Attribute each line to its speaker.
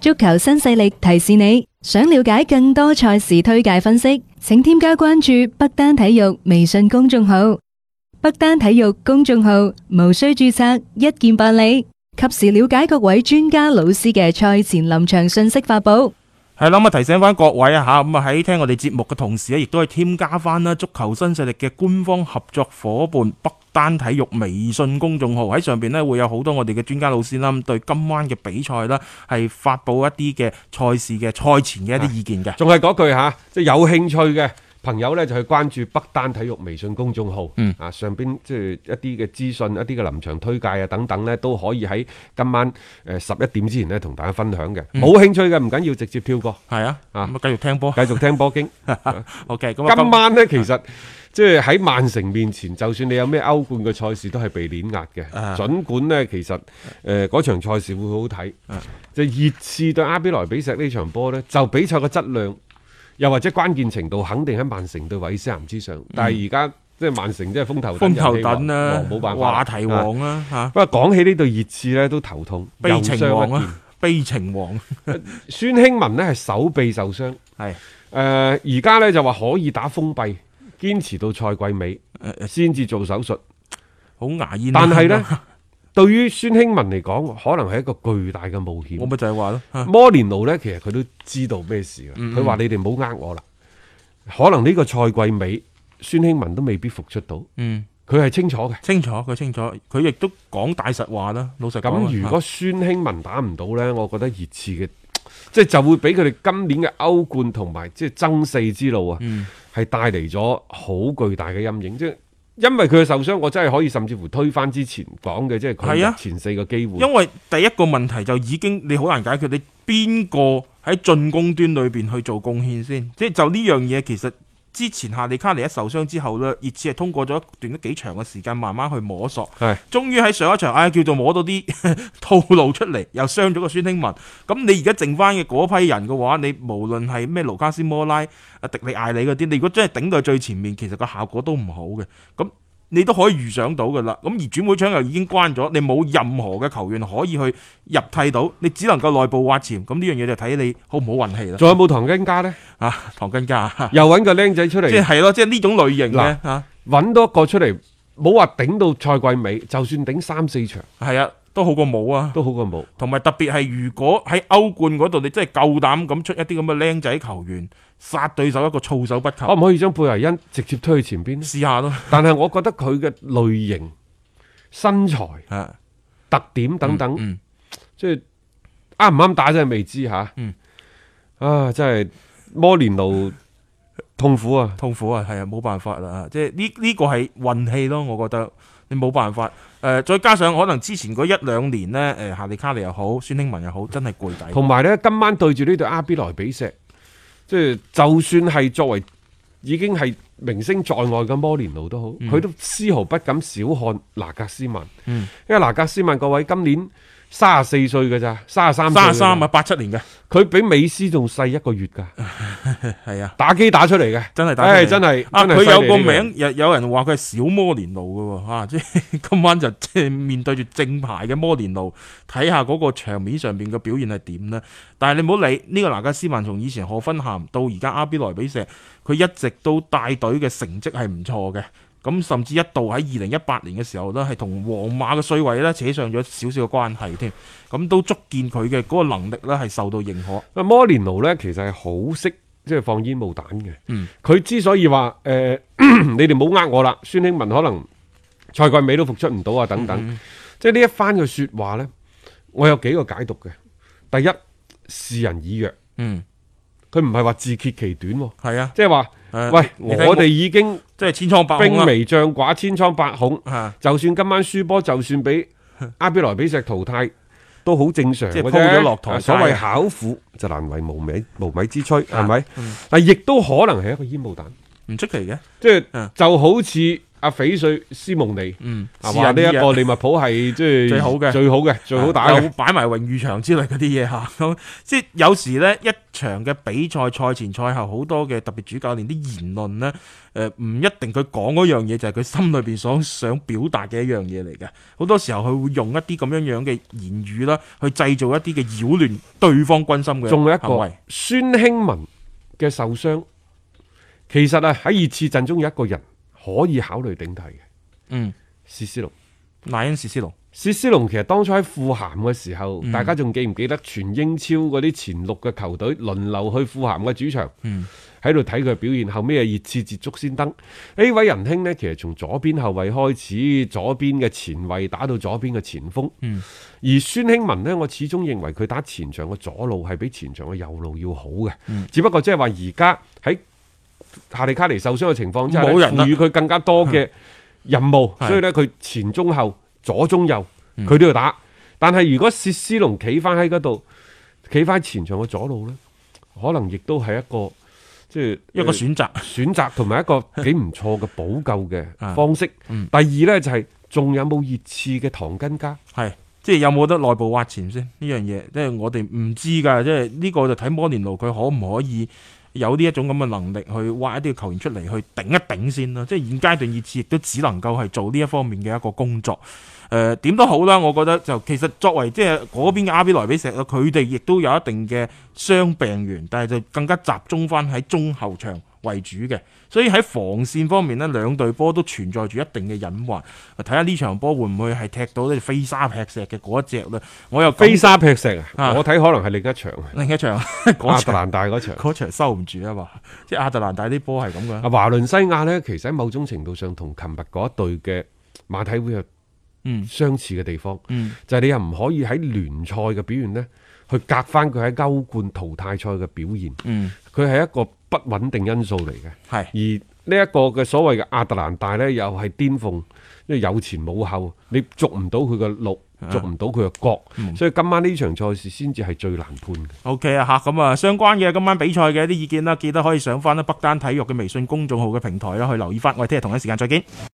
Speaker 1: 足球新勢力提示你，想了解更多賽事推介分析，請添加關注北單體育微信公眾號。北單體育公眾號無需註冊，一鍵辦理，及時了解各位專家老師嘅賽前臨場信息發布。
Speaker 2: 係啦，咁啊提醒翻各位啊吓，咁啊喺聽我哋節目嘅同時咧，亦都係添加翻啦足球新勢力嘅官方合作伙伴北單體育微信公眾號喺上邊咧，會有好多我哋嘅專家老師啦，咁對今晚嘅比賽啦，係發布一啲嘅賽事嘅賽前嘅一啲意見嘅。
Speaker 3: 仲係嗰句吓，即係有興趣嘅朋友呢，就去關注北單體育微信公眾號，
Speaker 2: 嗯
Speaker 3: 啊上邊即係一啲嘅資訊、一啲嘅臨場推介啊等等呢，都可以喺今晚誒十一點之前呢同大家分享嘅。冇興趣嘅唔緊要，直接跳過，
Speaker 2: 係啊，咁
Speaker 3: 啊
Speaker 2: 啊繼續聽波
Speaker 3: 繼。續聽波經。
Speaker 2: OK，咁啊
Speaker 3: 今晚呢，其實即係喺曼城面前，就算你有咩歐冠嘅賽事，都係被碾壓嘅。
Speaker 2: 啊
Speaker 3: 儘管呢，其實誒嗰場賽事會好好睇
Speaker 2: 啊，
Speaker 3: 就熱刺對阿比萊比錫呢場波呢，就比賽嘅質量，又或者關鍵程度，肯定喺曼城對韋斯咸之上。但係而家即係曼城即係風頭
Speaker 2: 嗯風
Speaker 3: 等
Speaker 2: 頭等啦，
Speaker 3: 冇辦法
Speaker 2: 話題
Speaker 3: 啊
Speaker 2: 王啦吓，
Speaker 3: 不過講起呢對熱刺呢，都頭痛，
Speaker 2: 悲情王
Speaker 3: 啊！
Speaker 2: 啊，悲情王
Speaker 3: 孫興文呢係手臂受傷，誒
Speaker 2: 係
Speaker 3: 呃而家呢就話可以打封閉，堅持到賽季尾
Speaker 2: 誒
Speaker 3: 先至做手術。
Speaker 2: 好牙煙。啊
Speaker 3: 但係呢，對於孫興文嚟講，可能係一個巨大嘅冒險
Speaker 2: 我。咪就係話咯，嚇
Speaker 3: 摩連奴呢，其實佢都知道咩事啦。
Speaker 2: 嗯
Speaker 3: 佢話：你哋唔好呃我啦，可能呢個賽季尾，孫興文都未必復出到，
Speaker 2: 嗯。
Speaker 3: 佢係清楚嘅。
Speaker 2: 清楚，佢清楚，佢亦都講大實話啦。老實講啊，
Speaker 3: 咁如果孫興文打唔到呢，我覺得熱刺嘅即係就會俾佢哋今年嘅歐冠同埋即係爭四之路啊，
Speaker 2: 嗯
Speaker 3: 係帶嚟咗好巨大嘅陰影。即係因為佢嘅受傷，我真係可以甚至乎推翻之前講嘅，即
Speaker 2: 係
Speaker 3: 係佢
Speaker 2: 啊
Speaker 3: 入前四個機會。
Speaker 2: 因為第一個問題就已經你好難解決，你邊個喺進攻端裏邊去做貢獻先？即係就呢樣嘢，其實之前夏利卡尼一受傷之後呢，熱刺係通過咗一段都幾長嘅時間，慢慢去摸索，
Speaker 3: 係
Speaker 2: 終於喺上一場，唉、叫做摸到啲 套路出嚟，又傷咗個孫興文。咁你而家剩翻嘅嗰批人嘅話，你無論係咩盧卡斯摩拉、啊迪利艾里嗰啲，你如果真係頂到最前面，其實個效果都唔好嘅。咁你都可以預想到噶啦。咁而轉會窗又已經關咗，你冇任何嘅球員可以去入替到，你只能夠內部挖潛。咁呢樣嘢就睇你好唔好運氣啦。
Speaker 3: 仲有冇唐根家呢？
Speaker 2: 啊，唐根家，
Speaker 3: 又揾個僆仔出
Speaker 2: 即係
Speaker 3: 嚟，
Speaker 2: 係咯，即係呢種類型嘅
Speaker 3: 嗱
Speaker 2: 嚇，啊
Speaker 3: 揾多一個出嚟，冇話頂到賽季尾，就算頂三四場
Speaker 2: 係啊，都好過冇啊。
Speaker 3: 都好過冇。
Speaker 2: 同埋特別係如果喺歐冠嗰度，你真係夠膽咁出一啲咁嘅僆仔球員殺對手一個措手不及，
Speaker 3: 可唔可以將貝維恩直接推去前邊呢？
Speaker 2: 試下咯，
Speaker 3: 但係我覺得佢嘅類型、身材、
Speaker 2: 啊
Speaker 3: 特點等等，
Speaker 2: 嗯
Speaker 3: 即係啱唔啱打真係未知吓。
Speaker 2: 嗯
Speaker 3: 啊，真係摩連奴痛苦啊！
Speaker 2: 痛苦啊，係啊，冇辦法啦，啊即係呢呢個係運氣咯，我覺得你冇辦法。誒、再加上可能之前嗰一兩年呢，誒、夏利卡尼又好，孫興文又好，真係攰底。
Speaker 3: 同埋呢，今晚對住呢隊阿比萊比錫，即係就算係作為已經係明星在外嘅摩連奴都好，佢、都絲毫不敢小看拿格斯曼。
Speaker 2: 嗯
Speaker 3: 因為拿格斯曼各位今年三十四歲嘅咋，三十三
Speaker 2: 三十三啊，，八七年嘅，
Speaker 3: 佢比美斯仲細一個月㗎，
Speaker 2: 係啊，
Speaker 3: 打機打出嚟嘅，
Speaker 2: 真係打出嚟
Speaker 3: 唉，真係
Speaker 2: 啊，
Speaker 3: 真
Speaker 2: 佢
Speaker 3: 係
Speaker 2: 有個
Speaker 3: 犀利呢人
Speaker 2: 名，有有人話佢係小摩連奴嘅喎， 啊，即係今晚就即係面對住正牌嘅摩連奴，睇下嗰個場面上邊嘅表現係點呢？但係你唔好理呢、個拿加斯曼，從以前賀芬咸到而家阿比萊比錫，佢一直都帶隊嘅成績係唔錯嘅。咁甚至一度喺二零一八年嘅時候呢，係同皇馬嘅衰位呢扯上咗少少嘅關係添，咁都足見佢嘅嗰個能力呢係受到認可。
Speaker 3: 啊摩連奴呢，其實係好識即係放煙霧彈嘅。佢、
Speaker 2: 嗯
Speaker 3: 之所以話誒、呃 你哋冇呃我啦，孫興文可能賽季尾都復出唔到啊，等
Speaker 2: 嗯
Speaker 3: 等。即係呢一番嘅説話呢，我有幾個解讀嘅。第一，視人以弱，
Speaker 2: 嗯，
Speaker 3: 佢唔係話自揭其短喎，
Speaker 2: 係啊，
Speaker 3: 即係話
Speaker 2: 誒
Speaker 3: 喂，
Speaker 2: 你睇
Speaker 3: 我哋已經
Speaker 2: 即係千瘡百孔
Speaker 3: 兵
Speaker 2: 啊
Speaker 3: 微將寡，千瘡百孔。
Speaker 2: 啊！
Speaker 3: 就算今晚輸波，就 算俾阿比萊比錫淘汰，都好正常
Speaker 2: 即係
Speaker 3: 嘅
Speaker 2: 鋪
Speaker 3: 啫
Speaker 2: 咗落台
Speaker 3: 啊
Speaker 2: 階
Speaker 3: 所謂巧婦就難為無米無米之炊，係咪
Speaker 2: 嗯？
Speaker 3: 但亦都可能係一個煙霧彈，
Speaker 2: 唔出奇嘅，
Speaker 3: 即係
Speaker 2: 嗯
Speaker 3: 就好似阿翡翠斯蒙尼
Speaker 2: 嗯，
Speaker 3: 啊
Speaker 2: 試
Speaker 3: 話呢
Speaker 2: 下
Speaker 3: 一
Speaker 2: 啲
Speaker 3: 個
Speaker 2: 嘢
Speaker 3: 利物浦係即係
Speaker 2: 最好嘅啊
Speaker 3: 最好嘅、最好打
Speaker 2: 又
Speaker 3: 嘅。
Speaker 2: 擺埋榮譽場之類嗰啲嘢 嚇，咁即係有時呢，一場嘅比賽賽前賽後好多嘅特別主教練啲言論呢，誒、呃唔一定佢講嗰樣嘢就係佢心裏邊所想表達嘅一樣嘢嚟嘅，好多時候佢會用一啲咁樣樣嘅言語啦，去製造一啲嘅擾亂對方軍心嘅
Speaker 3: 仲有一
Speaker 2: 行
Speaker 3: 個
Speaker 2: 為
Speaker 3: 孫興文嘅受傷，其實啊喺熱刺陣中有一個人可以考慮頂替嘅，
Speaker 2: 嗯，
Speaker 3: 斯斯隆。
Speaker 2: 賴恩士斯隆，
Speaker 3: 薛斯隆其實當初喺富咸嘅時候，
Speaker 2: 嗯
Speaker 3: 大家仲記唔記得全英超嗰啲前六嘅球隊輪流去富咸嘅主場
Speaker 2: 嗯，
Speaker 3: 喺度睇佢表現，後尾係熱刺捷足先登。呢位仁兄呢，其實從左邊後衞開始，左邊嘅前衞打到左邊嘅前鋒。
Speaker 2: 嗯
Speaker 3: 而孫興文呢，我始終認為佢打前場嘅左路係比前場嘅右路要好嘅，
Speaker 2: 嗯
Speaker 3: 只不過即係話而家喺夏利卡尼受傷嘅情況之下呢，
Speaker 2: 冇人啦
Speaker 3: 賦予佢更加 多嘅任務，
Speaker 2: 係嗯
Speaker 3: 所以呢，佢前中後左中右佢都要打。但係如果薛斯隆企翻喺嗰度，企翻前場嘅左路呢，可能亦都係一個即係呃
Speaker 2: 一個選擇，
Speaker 3: 選擇同埋一 個幾唔錯嘅補救嘅方式。
Speaker 2: 嗯
Speaker 3: 第二呢，就係、仲有冇熱刺嘅唐根家？
Speaker 2: 係。即係有冇得內部挖潛先呢樣嘢，即係我哋唔知㗎。即係呢個就睇摩連奴佢可唔可以有呢一種咁嘅能力去挖一啲球員出嚟去頂一頂先啦。即係現階段熱刺亦都只能夠係做呢一方面嘅一個工作。誒、點都好啦，我覺得就其實作為即係嗰邊嘅阿比萊比錫啦，佢哋亦都有一定嘅傷病源，但係就更加集中翻喺中後場為主嘅。所以喺防線方面呢，兩隊波都存在住一定嘅隱患。睇下呢場波會唔會係踢到呢飛沙劈石嘅嗰一隻呢？我又感
Speaker 3: 飛沙劈石
Speaker 2: 啊
Speaker 3: 啊！我睇可能係另一場
Speaker 2: 另一 場嗰
Speaker 3: 亞特
Speaker 2: 場
Speaker 3: 蘭大 嗰場。
Speaker 2: 嗰場收唔住啊嘛，即係亞特蘭大啲波係咁
Speaker 3: 啊，
Speaker 2: 嘅，
Speaker 3: 華倫西亞呢，其實喺某種程度上同琴日嗰一隊嘅馬體會有
Speaker 2: 嗯
Speaker 3: 相似嘅地方，
Speaker 2: 嗯
Speaker 3: 就係你又唔可以喺聯賽嘅表現呢，去隔翻佢喺歐冠淘汰賽嘅表現，
Speaker 2: 嗯，
Speaker 3: 佢係一個不穩定因素嚟嘅。
Speaker 2: 係
Speaker 3: 而呢一個嘅所謂嘅亞特蘭大呢，又係巔峯，因為有前冇後，你捉唔到佢嘅鹿，捉唔到佢嘅角，所以今晚呢場賽事先至係最難判嘅。
Speaker 2: OK 啊嚇，咁啊相關嘅今晚比賽嘅一啲意見啦，記得可以上翻啦北單體育嘅微信公眾號嘅平台啦，去留意翻。我哋聽日同一時間再見。